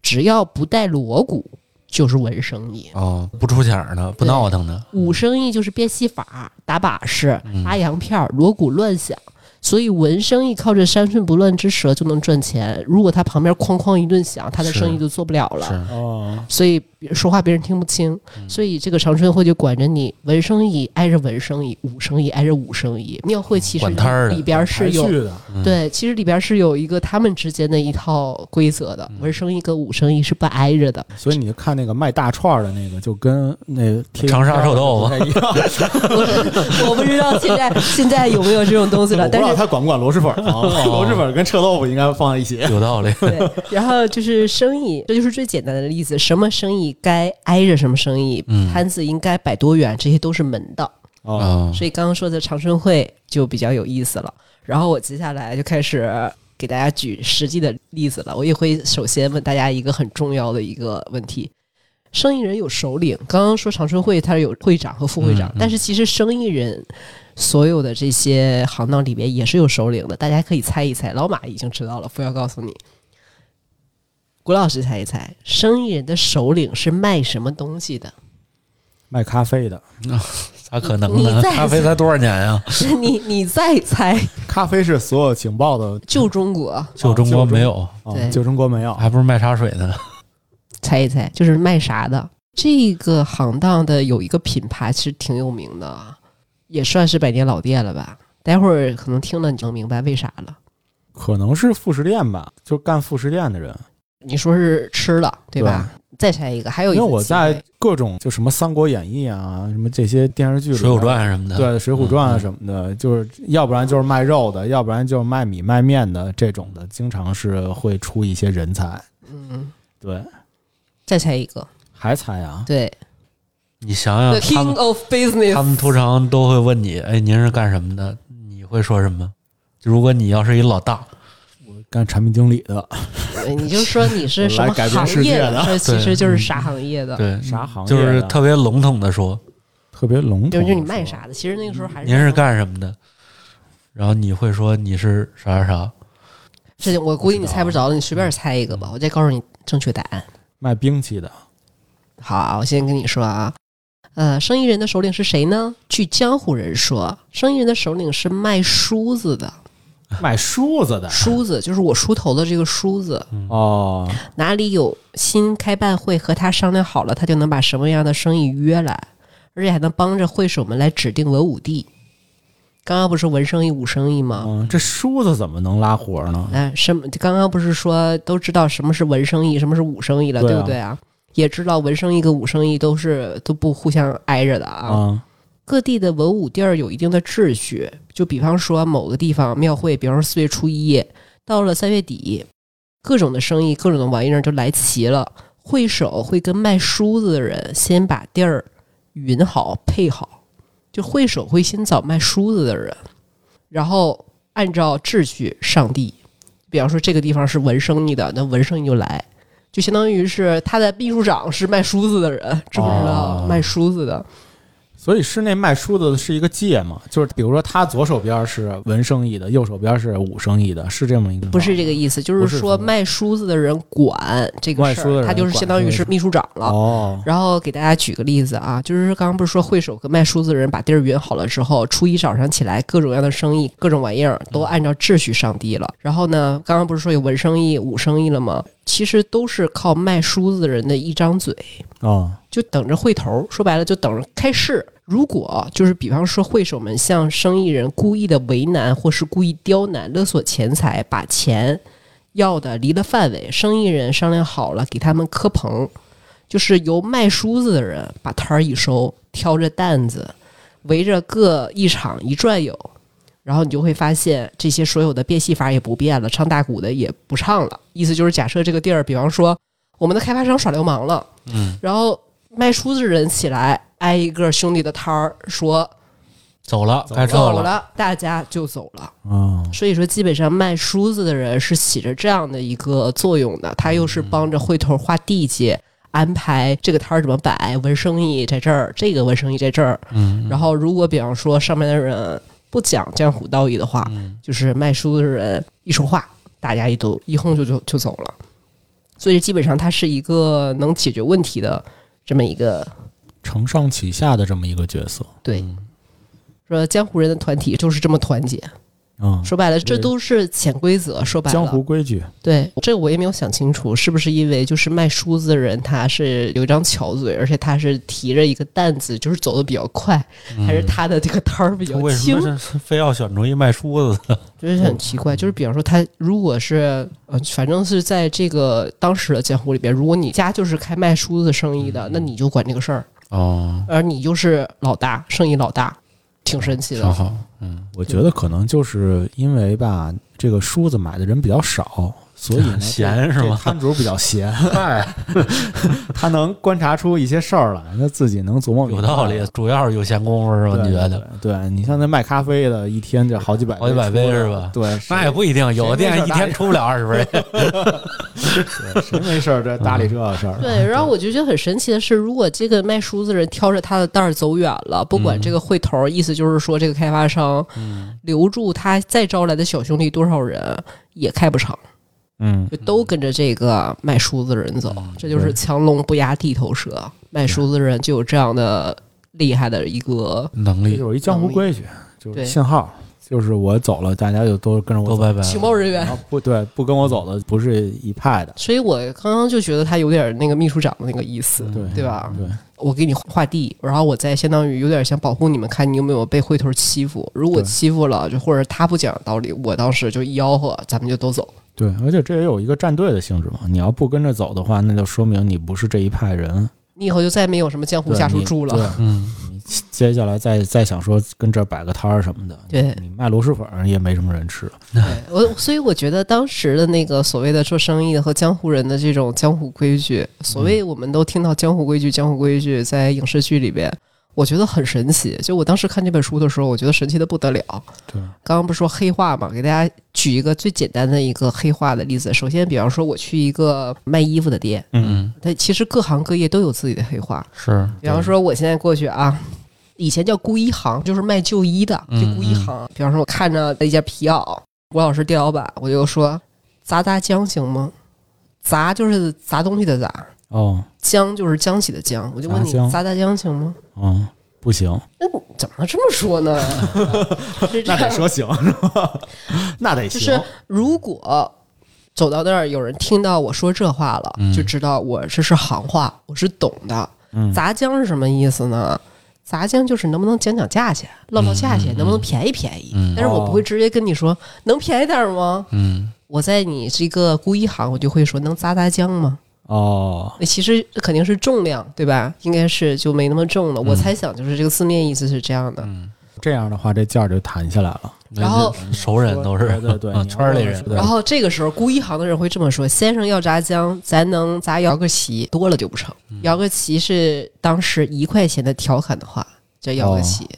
只要不带锣鼓就是文生意。
哦，不出钱儿的，不
对
闹腾的，
武生意就是变戏法、打把式、拉洋片儿、锣鼓乱响。所以文生意靠着三寸不烂之舌就能赚钱，如果他旁边哐哐一顿响，他的
是
生意就做不了了。
是
哦
所以说话别人听不清，所以这个长春会就管着你文生意挨着文生意，武生意挨着武生意。庙会其实
管摊儿的
里边是
排
有
序的
对，其实里边是有一个他们之间的一套规则的，文生意跟武生意是不挨着的。
所以你就看那个卖大串儿的那个，就跟那贴
长沙臭豆
不
腐
太 一样
我不知道现在现在有没有这种东西
我
了，
不知
但
道
是
他管不管螺蛳粉儿 啊？ 螺蛳粉儿跟臭豆腐应该放在一起。啊
有道理。
对，然后就是生意，这就是最简单的例子。什么生意该挨着什么生意，
嗯
摊子应该摆多远，这些都是门道。
哦
啊，
所以刚刚说的长春会就比较有意思了。然后我接下来就开始给大家举实际的例子了。我也会首先问大家一个很重要的一个问题：生意人有首领。刚刚说长春会，它是有会长和副会长，
嗯嗯
但是其实生意人所有的这些行当里边也是有首领的。大家可以猜一猜，老马已经知道了，不要告诉你。谷老师猜一猜，生意人的首领是卖什么东西的？
卖咖啡的，
咋可能呢
你？再
咖啡才多少年呀？
是你，你再猜，
咖啡是所有情报的，
旧中国
旧中国没有，
啊
对，
哦旧中国没有。
还不如卖茶水呢。
猜一猜，就是卖啥的？这个行当的有一个品牌其实挺有名的啊，也算是百年老店了吧。待会儿可能听了你就能明白为啥了。
可能是副食店吧，就干副食店的人，
你说是吃了对吧？再猜一个，还有
因
一
为
个
我
机会
在各种就什么《三国演义》啊，什么这些电视剧
《
里
水
边
浒传》什么的，
对，《水浒传》啊
嗯
什么的，就是要不然就是卖肉的，要不然就是卖米卖面的这种的，经常是会出一些人才。
嗯，
对，
再猜一个，
还猜啊？
对
你想想
，The
啊他
King
们，
of
他
Business，
们通常都会问你，哎，您是干什么的？你会说什么？就如果你要是一老大，
干产品经理的，
对 你就说你是什
我
么
来改变
行
世界
业
的
这其
对
实就是啥行业的，
对，
啥行业
就
的
是特别笼统的说，
特别笼统。
就是就是你卖？啥的。其实那个时候还是
您是干什么的？然后你会说你是啥啥啥，
这我估计
啊
你猜不着了，你随便猜一个吧，我再告诉你正确答案。
卖兵器的，
好，我先跟你说啊，呃，生意人的首领是谁呢？据江湖人说，生意人的首领是卖梳子的，
啊卖梳子的。
梳子就是我梳头的这个梳子。
哦，
哪里有新开办会和他商量好了，他就能把什么样的生意约来，而且还能帮着会手们来指定文武地。刚刚不是文生意武生意吗？
嗯，这梳子怎么能拉活呢？
哎，什么？刚刚不是说都知道什么是文生意，什么是武生意了，
对啊
对不对啊？也知道文生意跟武生意都是都不互相挨着的啊。
啊，
各地的文武地儿有一定的秩序，就比方说某个地方庙会，比方说四月初一，到了三月底，各种的生意、各种的玩意儿就来齐了。会手会跟卖梳子的人先把地儿匀好、配好，就会手会先找卖梳子的人，然后按照秩序上地。比方说这个地方是文生意的，那文生意就来，就相当于是他的秘书长是卖梳子的人，知不知道？
哦
卖梳子的，
所以室内卖梳子的是一个界嘛，就是比如说他左手边是文生意的，右手边是武生意的，是这么一个
不是这个意思，就
哦不
是
是
说
说
卖梳子的人管这个
卖
事
梳子的
儿，
人
他就是
管
相当于是秘书长了。
哦，
然后给大家举个例子啊，就是刚刚不是说会手跟卖梳子的人把地儿匀好了之后，初一早上起来，各种各样的生意、各种玩意儿都
嗯
按照秩序上地了。然后呢，刚刚不是说有文生意、武生意了吗？其实都是靠卖梳子的人的一张嘴。
哦，
就等着会头，说白了就等着开市。如果就是比方说会手们向生意人故意的为难，或是故意刁难、勒索钱财，把钱要的离了范围，生意人商量好了给他们磕棚，就是由卖梳子的人把摊儿一收，挑着担子，围着各一场一转悠，然后你就会发现这些所有的变戏法也不变了，唱大鼓的也不唱了。意思就是假设这个地儿，比方说我们的开发商耍流氓了，
嗯，
然后卖梳子的人起来挨一个兄弟的摊儿，说
走了，
走
该撤
走
了，
了，大家就走了。
哦，
所以说，基本上卖梳子的人是起着这样的一个作用的，他又是帮着会头画地界。安排这个摊儿怎么摆，文生意在这儿，这个文生意在这儿。
嗯，
然后，如果比方说上面的人不讲江湖道义的话，就是卖书的人一说话，大家一都一哄就就就走了。所以基本上它是一个能解决问题的这么一个
承上启下的这么一个角色。
对。说江湖人的团体就是这么团结，
嗯，
说白了，这都是潜规则。说白了，
江湖规矩，
对这我也没有想清楚，是不是因为就是卖梳子的人他是有一张巧嘴，而且他是提着一个担子，就是走的比较快，还是他的这个摊儿比
这
较
为什
轻
么？这是非要选中一卖梳子的？
就是很奇怪，就是比方说他如果是呃，反正是在这个当时的江湖里边，如果你家就是开卖梳子生意的，那你就管这个事儿，
哦，
而你就是老大，生意老大，挺神奇
挺
的。
哦好，
我觉得可能就是因为吧，这个梳子买的人比较少，所以呢
闲是
这
吗？
摊主比较 闲，哎他能观察出一些事儿来，那自己能琢磨明
有
白
道理，主要是有闲工夫是吧？
嗯对
你觉得？？
对对你像那卖咖啡的，一天就好几百，
好几百杯是吧
对，
那也不一定，有的
谁没事
店
儿
一
打
天
理
出不了二十杯。
对谁没事儿
嗯
这搭理这事儿？
对，然后我就觉得很神奇的是，如果这个卖梳子的人挑着他的担儿走远了，不管这个会头儿，意思就是说这个开发商留住他再招来的小兄弟多少人也开不成，
嗯，
就都跟着这个卖梳子的人走，这就是强龙不压地头蛇。卖梳子的人就有这样的厉害的一个，
能
这
力
有一江湖规矩，就
对
是信号，就是我走了，大家就都跟着我
都
走。
拜拜了。
情报人
然
员。
后不对，不跟我走的不是一派的，
所以我刚刚就觉得他有点那个秘书长的那个意思，
嗯
对
对吧？
嗯对，
我给你画地，然后我再相当于有点想保护你们，看你有没有被会头欺负。如果
对
欺负了，就或者他不讲道理，我当时就一吆喝，咱们就都走。
对，而且这也有一个战队的性质嘛。你要不跟着走的话，那就说明你不是这一派人，
你以后就再没有什么江湖
对
下属
你
住
对
了。
嗯，
接下来再再想说跟这儿摆个摊儿什么的，
对
你卖螺蛳粉儿也没什么人吃。
对我所以我觉得当时的那个所谓的做生意的和江湖人的这种江湖规矩，所谓我们都听到江湖规矩，江湖规矩在影视剧里边，我觉得很神奇。就我当时看这本书的时候，我觉得神奇的不得了。
对，
刚刚不是说黑化嘛，给大家举一个最简单的一个黑化的例子。首先，比方说我去一个卖衣服的店，
嗯，
它其实各行各业都有自己的黑化。
是
比方说，我现在过去啊，以前叫孤衣行，就是卖旧衣的，就
嗯
孤衣行。比方说，我看着一件皮袄，吴老师掉腰板，我就说砸砸浆行吗？砸就是砸东西的砸，
哦，
浆就是浆起的浆。我就问你
砸浆
砸砸浆行吗？
嗯，不 行，
那你怎么这么说呢？ 是这样，
说行是吧？ 那得
就是如果。走到那儿，有人听到我说这话了，
嗯
就知道我这是行话，我是懂的。
嗯，
砸浆是什么意思呢？砸浆就是能不能讲讲价钱，唠唠价钱，
嗯嗯
能不能便宜便宜？
嗯哦
但是我不会直接跟你说能便宜点儿吗？
嗯
我在你这个估一行，我就会说能砸砸浆吗？
哦，
那其实肯定是重量，对吧？应该是就没那么重了。我猜想就是这个字面意思是这样的。
嗯，
这样的话这价儿就谈下来了。
然后
熟人都是
对对 对
嗯
你要
圈儿里人
对
然后这个时候，估一行的人会这么说：“先生要炸浆，咱能砸摇个旗，多了就不成。
嗯
摇个旗是当时一块钱的调侃的话，叫摇个
哦
旗。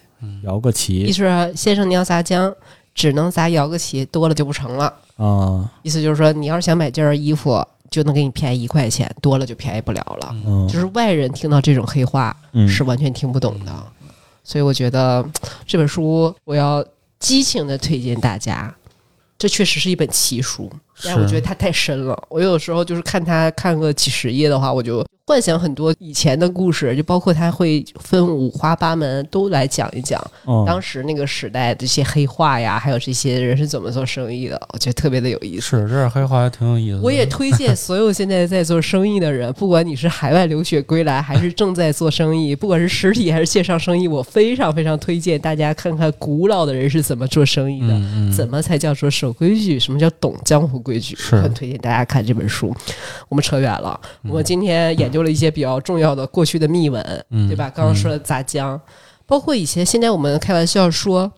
摇个
意
旗
思是先生你要砸浆，只能砸摇个旗，多了就不成了。
啊，
意思就是说，你要是想买这件衣服，就能给你便宜一块钱，多了就便宜不了了。
嗯
就是外人听到这种黑话
嗯
是完全听不懂的，所以我觉得这本书我要激情的推荐大家。这确实是一本奇书，但是我
是
觉得它太深了。我有时候就是看它看个几十页的话，我就幻想很多以前的故事，就包括它会分五花八门都来讲一讲。
嗯
当时那个时代这些黑话呀，还有这些人是怎么做生意的，我觉得特别的有意思。
是这黑话还挺有意思的。
我也推荐所有现在在做生意的人，不管你是海外留学归来，还是正在做生意，不管是实体还是线上生意，我非常非常推荐大家看看古老的人是怎么做生意的。
嗯
怎
嗯，
么才叫做守规矩？什么叫懂江湖规矩？
是
很推荐大家看这本书。我们扯远了，我们今天研究了一些比较重要的过去的秘闻，
嗯
对吧？刚刚说的杂江，包括以前现在我们开玩笑说，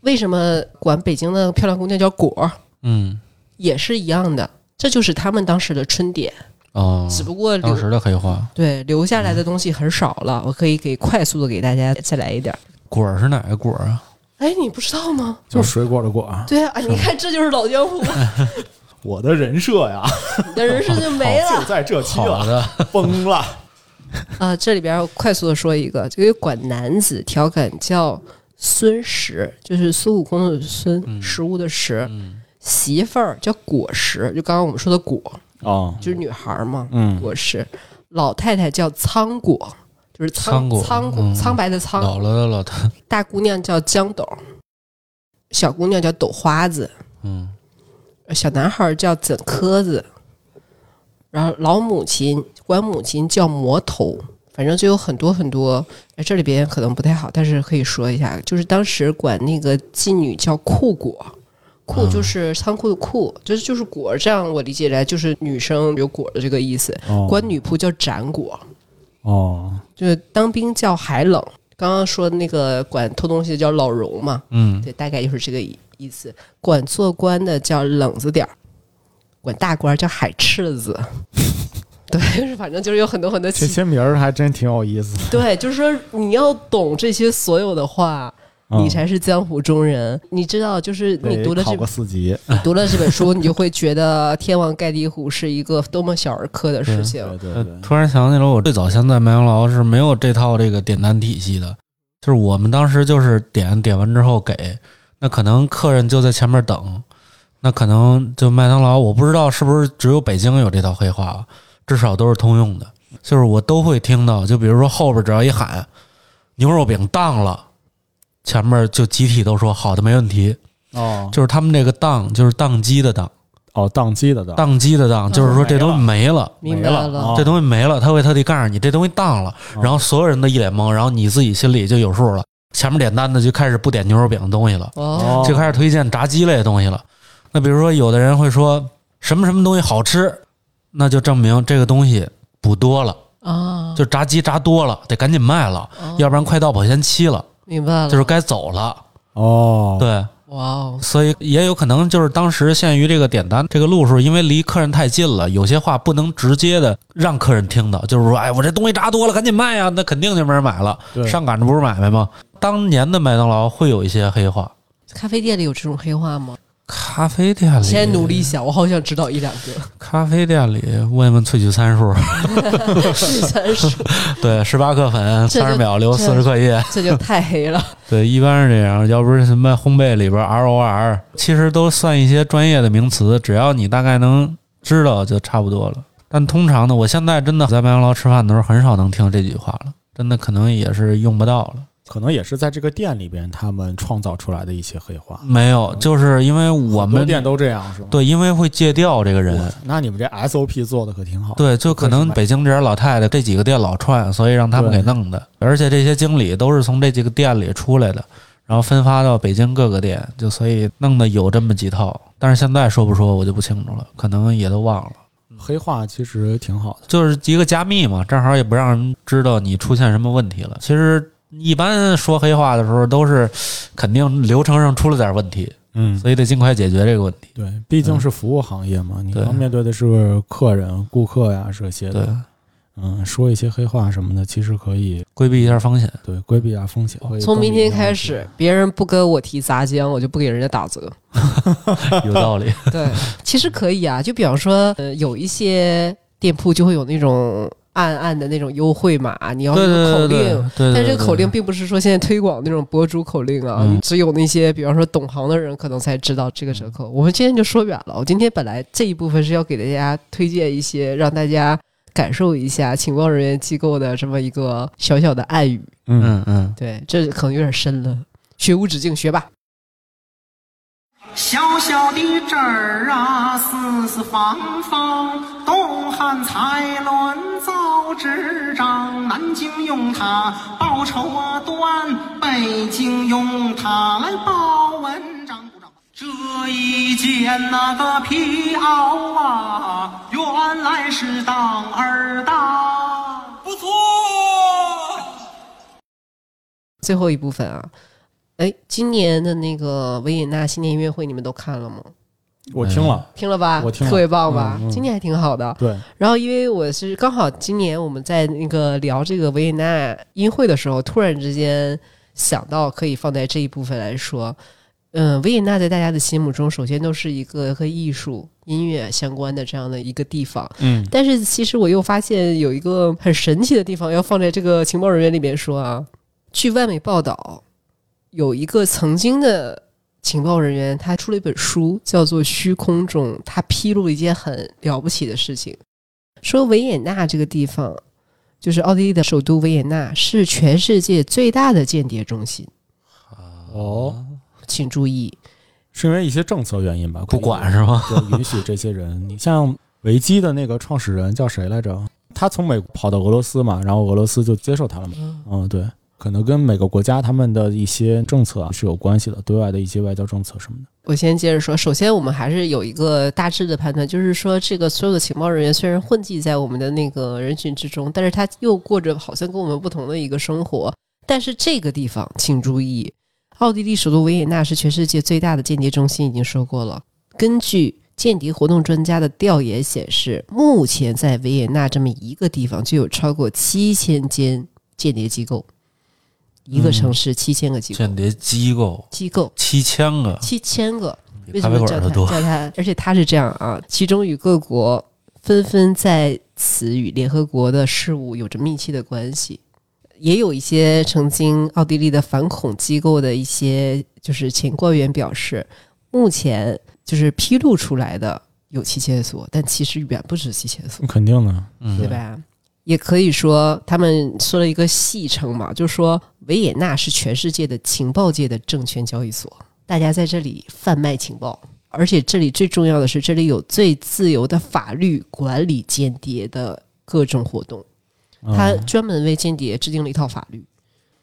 为什么管北京的漂亮姑娘叫果儿，
嗯
也是一样的。这就是他们当时的春典，
哦，
只不过
当
留
时的黑话
对留下来的东西很少了。我可以给快速的给大家再来一点儿。
果儿是哪个果儿啊？
哎，你不知道吗？
就是水果的果儿，
对啊，你看这就是老江湖，
我的人设呀，
你的人生就没了。
就在这期
好
了，
的，
崩了。
啊，这里边我快速的说一个，就有管男子调侃叫孙石，就是孙悟空的孙，
嗯
食物的食，媳妇儿叫果实，就刚刚我们说的果，
哦，
就是女孩儿嘛，
嗯
果实，老太太叫仓果。就是
仓果
仓
嗯
苍白的仓，
老了的老太，
大姑娘叫江斗，小姑娘叫斗花子，
嗯
小男孩儿叫枕磕子，然后老母亲管母亲叫魔头，反正就有很多很多。哎，这里边可能不太好，但是可以说一下，就是当时管那个妓女叫库果。
啊
库就是仓库的库，就是就是果，这样我理解来就是女生有果的这个意思。
哦
管女仆叫斩果，
哦，
就是当兵叫海冷。刚刚说那个管偷东西的叫老荣嘛，
嗯，
对，大概就是这个意意思。管做官的叫冷子点儿，管大官儿叫海赤子。 对，就是反正就是有很多 很多
这
奇，
些名儿还真挺有意思。
对，就是说你要懂这些所有的话，你
嗯
才是江湖中人。你知道，就是你
得
读了这
考个四级，
你读了这本书，你就会觉得天王盖地虎是一个多么小儿科的事情。
对对
呃
对，
突然想起来，我最早先在麦当劳是没有这套这个点单体系的，就是我们当时就是点点完之后给，那可能客人就在前面等，那可能就麦当劳，我不知道是不是只有北京有这套黑话啊，至少都是通用的，就是我都会听到。就比如说后边只要一喊牛肉饼当了，前面就集体都说好的没问题。
哦
就是他们这个当就是宕机的当，
哦，宕机的的，
宕机的当，就是说这东西没了。
明白了，
没了啊
这东西没了，他会特地告诉你这东西当了，然后所有人都一脸懵，然后你自己心里就有数了。前面点单的就开始不点牛肉饼的东西了，
哦，
就开始推荐炸鸡类的东西了。那比如说，有的人会说什么什么东西好吃，那就证明这个东西补多了，
啊，
就炸鸡炸多了，得赶紧卖了，要不然快到保鲜期了，
明白了，
就是该走了。
哦，
对，
哇哦，
所以也有可能就是当时限于这个点单这个路数，因为离客人太近了，有些话不能直接的让客人听到，就是说，哎，我这东西炸多了，赶紧卖呀，啊那肯定就没人买了。
对
上赶着不是买卖吗？当年的麦当劳会有一些黑话，
咖啡店里有这种黑话吗？
咖啡店里
先努力一下，我好想知道一两 个。
咖啡店里问问萃取参数，
三十，
对，十八克粉，
这就
三十秒留四十克液，
这就太黑了。
对，一般是这样。要不是什么烘焙里边 ROR，其实都算一些专业的名词，只要你大概能知道就差不多了。但通常呢，我现在真的在麦当劳吃饭的时候，很少能听这句话了，真的可能也是用不到了。
可能也是在这个店里边他们创造出来的一些黑话。
没有，就是因为嗯我
很多
们
店都这样是吗？
对，因为会戒掉这个
哇
人。
那你们这 SOP 做的可挺好。
对，就可能北京这点老太太这几个店老串，所以让他们给弄的。而且这些经理都是从这几个店里出来的，然后分发到北京各个店，就所以弄的有这么几套。但是现在说不说我就不清楚了，可能也都忘了。
黑话其实挺好的。
就是一个加密嘛，正好也不让人知道你出现什么问题了。其实一般说黑话的时候，都是肯定流程上出了点问题，
嗯，
所以得尽快解决这个问题。
对，毕竟是服务行业嘛，你
对
要面对的是客人、顾客呀这些
对
的。，嗯，说一些黑话什么的，其实可以
规避一下风险。
对规避啊风险。会
从
更
明天
有
开
用
始，别人不跟我提杂交，我就不给人家打 折。
有道理。
对，其实可以啊，就比方说，呃，有一些店铺就会有那种暗暗的那种优惠码，你要
对
有口
对对对
令。，
对
嗯
但是这个口令并不是说现在推广那种博主口令啊，
嗯
只有那些比方说懂行的人可能才知道这个折
嗯
扣。我们今天就说远了，我今天本来这一部分是要给大家推荐一些让大家感受一下情报人员机构的这么一个小小的暗语。
嗯，
嗯嗯。
对，这可能有点深了，学无止境，学吧。
小小的纸儿啊，四四方方，东汉蔡伦造纸张，南京用它报仇啊端，北京用它来报文章。鼓掌这一件那个皮袄啊，原来是当儿当，不错。
最后一部分啊，哎，今年的那个维也纳新年音乐会你们都看了吗？
我听了。
听了吧？
我听了
特别棒吧？
嗯嗯
今年还挺好的。
对，
然后因为我是刚好今年我们在那个聊这个维也纳音会的时候，突然之间想到可以放在这一部分来说。嗯，维也纳在大家的心目中，首先都是一个和艺术、音乐相关的这样的一个地方。
嗯，
但是其实我又发现有一个很神奇的地方，要放在这个情报人员里面说啊。据外媒报道，有一个曾经的情报人员，他出了一本书，叫做《虚空中》，他披露了一件很了不起的事情，说维也纳这个地方，就是奥地利的首都维也纳，是全世界最大的间谍中心。
哦，
请注意，
是因为一些政策原因吧？
不管是吗？
就允许这些人。 你像维基的那个创始人叫谁来着？他从美国跑到俄罗斯嘛，然后俄罗斯就接受他了嘛。嗯，对，可能跟每个国家他们的一些政策啊是有关系的，对外的一些外交政策什么的。
我先接着说，首先我们还是有一个大致的判断，就是说这个所有的情报人员虽然混迹在我们的那个人群之中，但是他又过着好像跟我们不同的一个生活。但是这个地方，请注意，奥地利首都维也纳是全世界最大的间谍中心，已经说过了。根据间谍活动专家的调研显示，目前在维也纳这么一个地方就有超过七千间间谍机构，一个
嗯
城市七千个机构，
间谍机构
机构
七千个，
七千个。为
嗯比
什
咖啡
么
馆
叫
的
他
多。
叫 他？而且他是这样啊，其中与各国纷纷在此与联合国的事务有着密切的关系，也有一些曾经奥地利的反恐机构的一些就是前官员表示，目前就是披露出来的有期解锁，但其实远不止期解锁，
肯定的，
嗯
对吧？也可以说，他们说了一个戏称嘛，就说维也纳是全世界的情报界的证券交易所，大家在这里贩卖情报，而且这里最重要的是，这里有最自由的法律管理间谍的各种活动。
嗯
他专门为间谍制定了一套法律。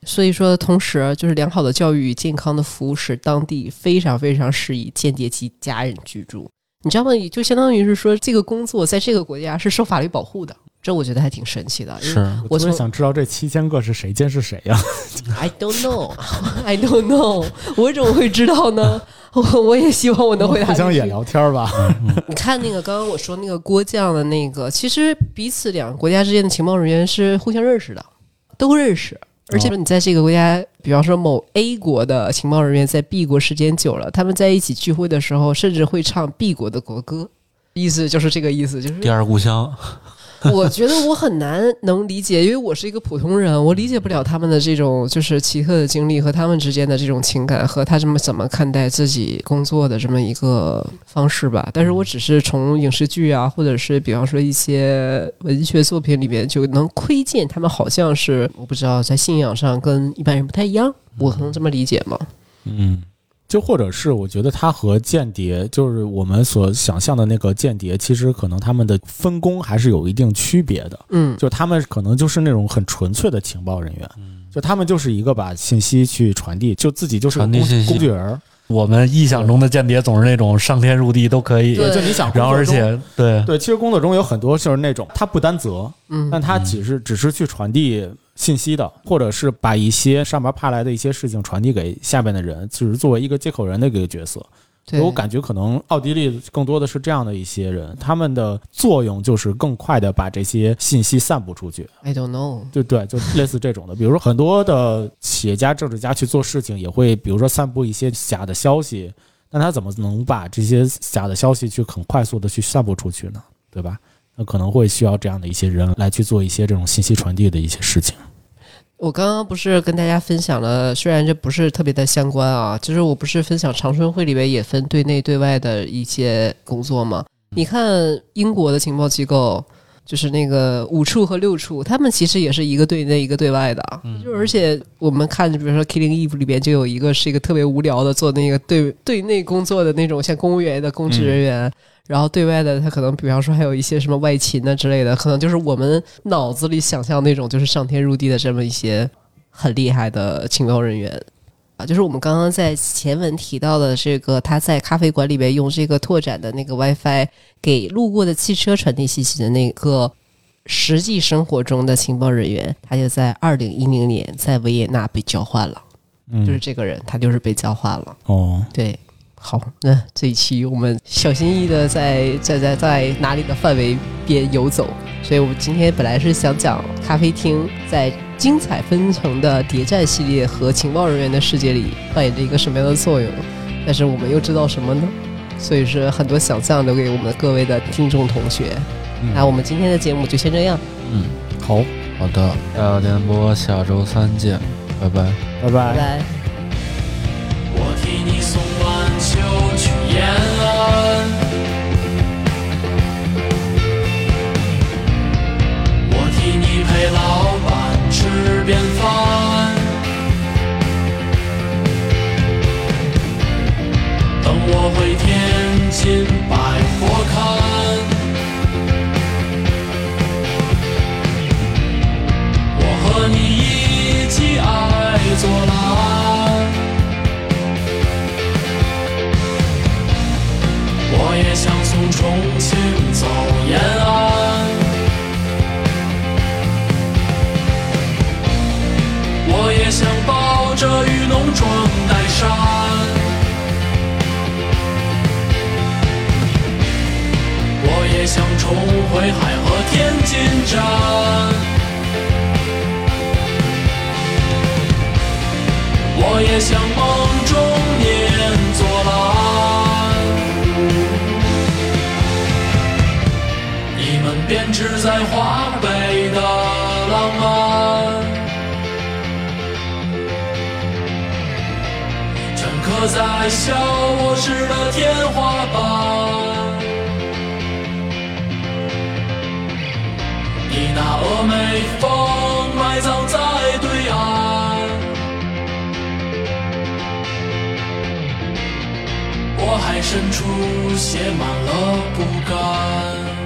所以说，同时就是良好的教育与健康的服务使当地非常非常适宜间谍及家人居住。你知道吗？也就相当于是说，这个工作在这个国家是受法律保护的，这我觉得还挺神奇的。因为
是
我特别
从
想知道这七千个是谁监视谁呀？啊
I don't know, I don't know，我怎么会知道呢？ 我我也希望 我能回答
互
这
相
句
也聊天吧。
你看那个刚刚我说那个郭将的那个，其实彼此两个国家之间的情报人员是互相认识的，都认识。而且说你在这个国家，比方说某 A 国的情报人员在 B 国时间久了，他们在一起聚会的时候，甚至会唱 B 国的国歌，意思就是这个意思，就是
第二故乡，
我觉得我很难能理解，因为我是一个普通人，我理解不了他们的这种就是奇特的经历和他们之间的这种情感和他这么怎么看待自己工作的这么一个方式吧。但是我只是从影视剧啊，或者是比方说一些文学作品里面就能窥见他们好像是我不知道在信仰上跟一般人不太一样，我能这么理解吗？
嗯，就或者是我觉得他和间谍，就是我们所想象的那个间谍，其实可能他们的分工还是有一定区别的。
嗯，
就他们可能就是那种很纯粹的情报人员，就他们就是一个把信息去传递，就自己就是个
传递
工
信息
工具人儿。
我们臆想中的间谍总是那种上天入地都可以，
对
就你想工作中，
然后而且对
对，其实工作中有很多就是那种他不担责，
嗯
但他只是只是去传递信息的，或者是把一些上边派来的一些事情传递给下边的人，只是作为一个接口人的一个角色。
对，
我感觉可能奥地利更多的是这样的一些人，他们的作用就是更快的把这些信息散布出去，
I don't know，
对对，就类似这种的。比如说很多的企业家、政治家去做事情，也会比如说散布一些假的消息，那他怎么能把这些假的消息去很快速的去散布出去呢？对吧？那可能会需要这样的一些人来去做一些这种信息传递的一些事情。
我刚刚不是跟大家分享了，虽然这不是特别的相关啊，就是我不是分享长春会里边也分对内对外的一些工作嘛。你看英国的情报机构，就是那个五处和六处，他们其实也是一个对内一个对外的啊。就而且我们看，比如说《Killing Eve》里边就有一个是一个特别无聊的做那个对对内工作的那种，像公务员的公职人员。然后对外的，他可能比方说还有一些什么外勤啊之类的，可能就是我们脑子里想象那种就是上天入地的这么一些很厉害的情报人员啊，就是我们刚刚在前文提到的这个他在咖啡馆里面用这个拓展的那个 WiFi 给路过的汽车传递信息的那个实际生活中的情报人员，他就在二零一零年在维也纳被交换了，
嗯，
就是这个人他就是被交换了。
哦，
对，好，那这一期我们小心翼翼的在在在在哪里的范围边游走，所以我们今天本来是想讲咖啡厅在精彩纷呈的谍战系列和情报人员的世界里扮演着一个什么样的作用，但是我们又知道什么呢？所以是很多想象留给我们各位的听众同学。那我们今天的节目就先这样，
嗯，
好，
好的，大小电波下周三见，拜拜。
拜拜
拜拜。
我替你送晚秋去延安，我替你陪老板吃便饭。等我回天津百货看，我和你一起爱做郎。我也想从重庆走延安，我也想抱着渔农装带山，我也想重回海河天津站，我也想梦中念左蓝。你们编织在华北的浪漫。陈可我在小卧室的天花板。你那峨眉峰埋葬在对岸，我还伸出写满了不甘。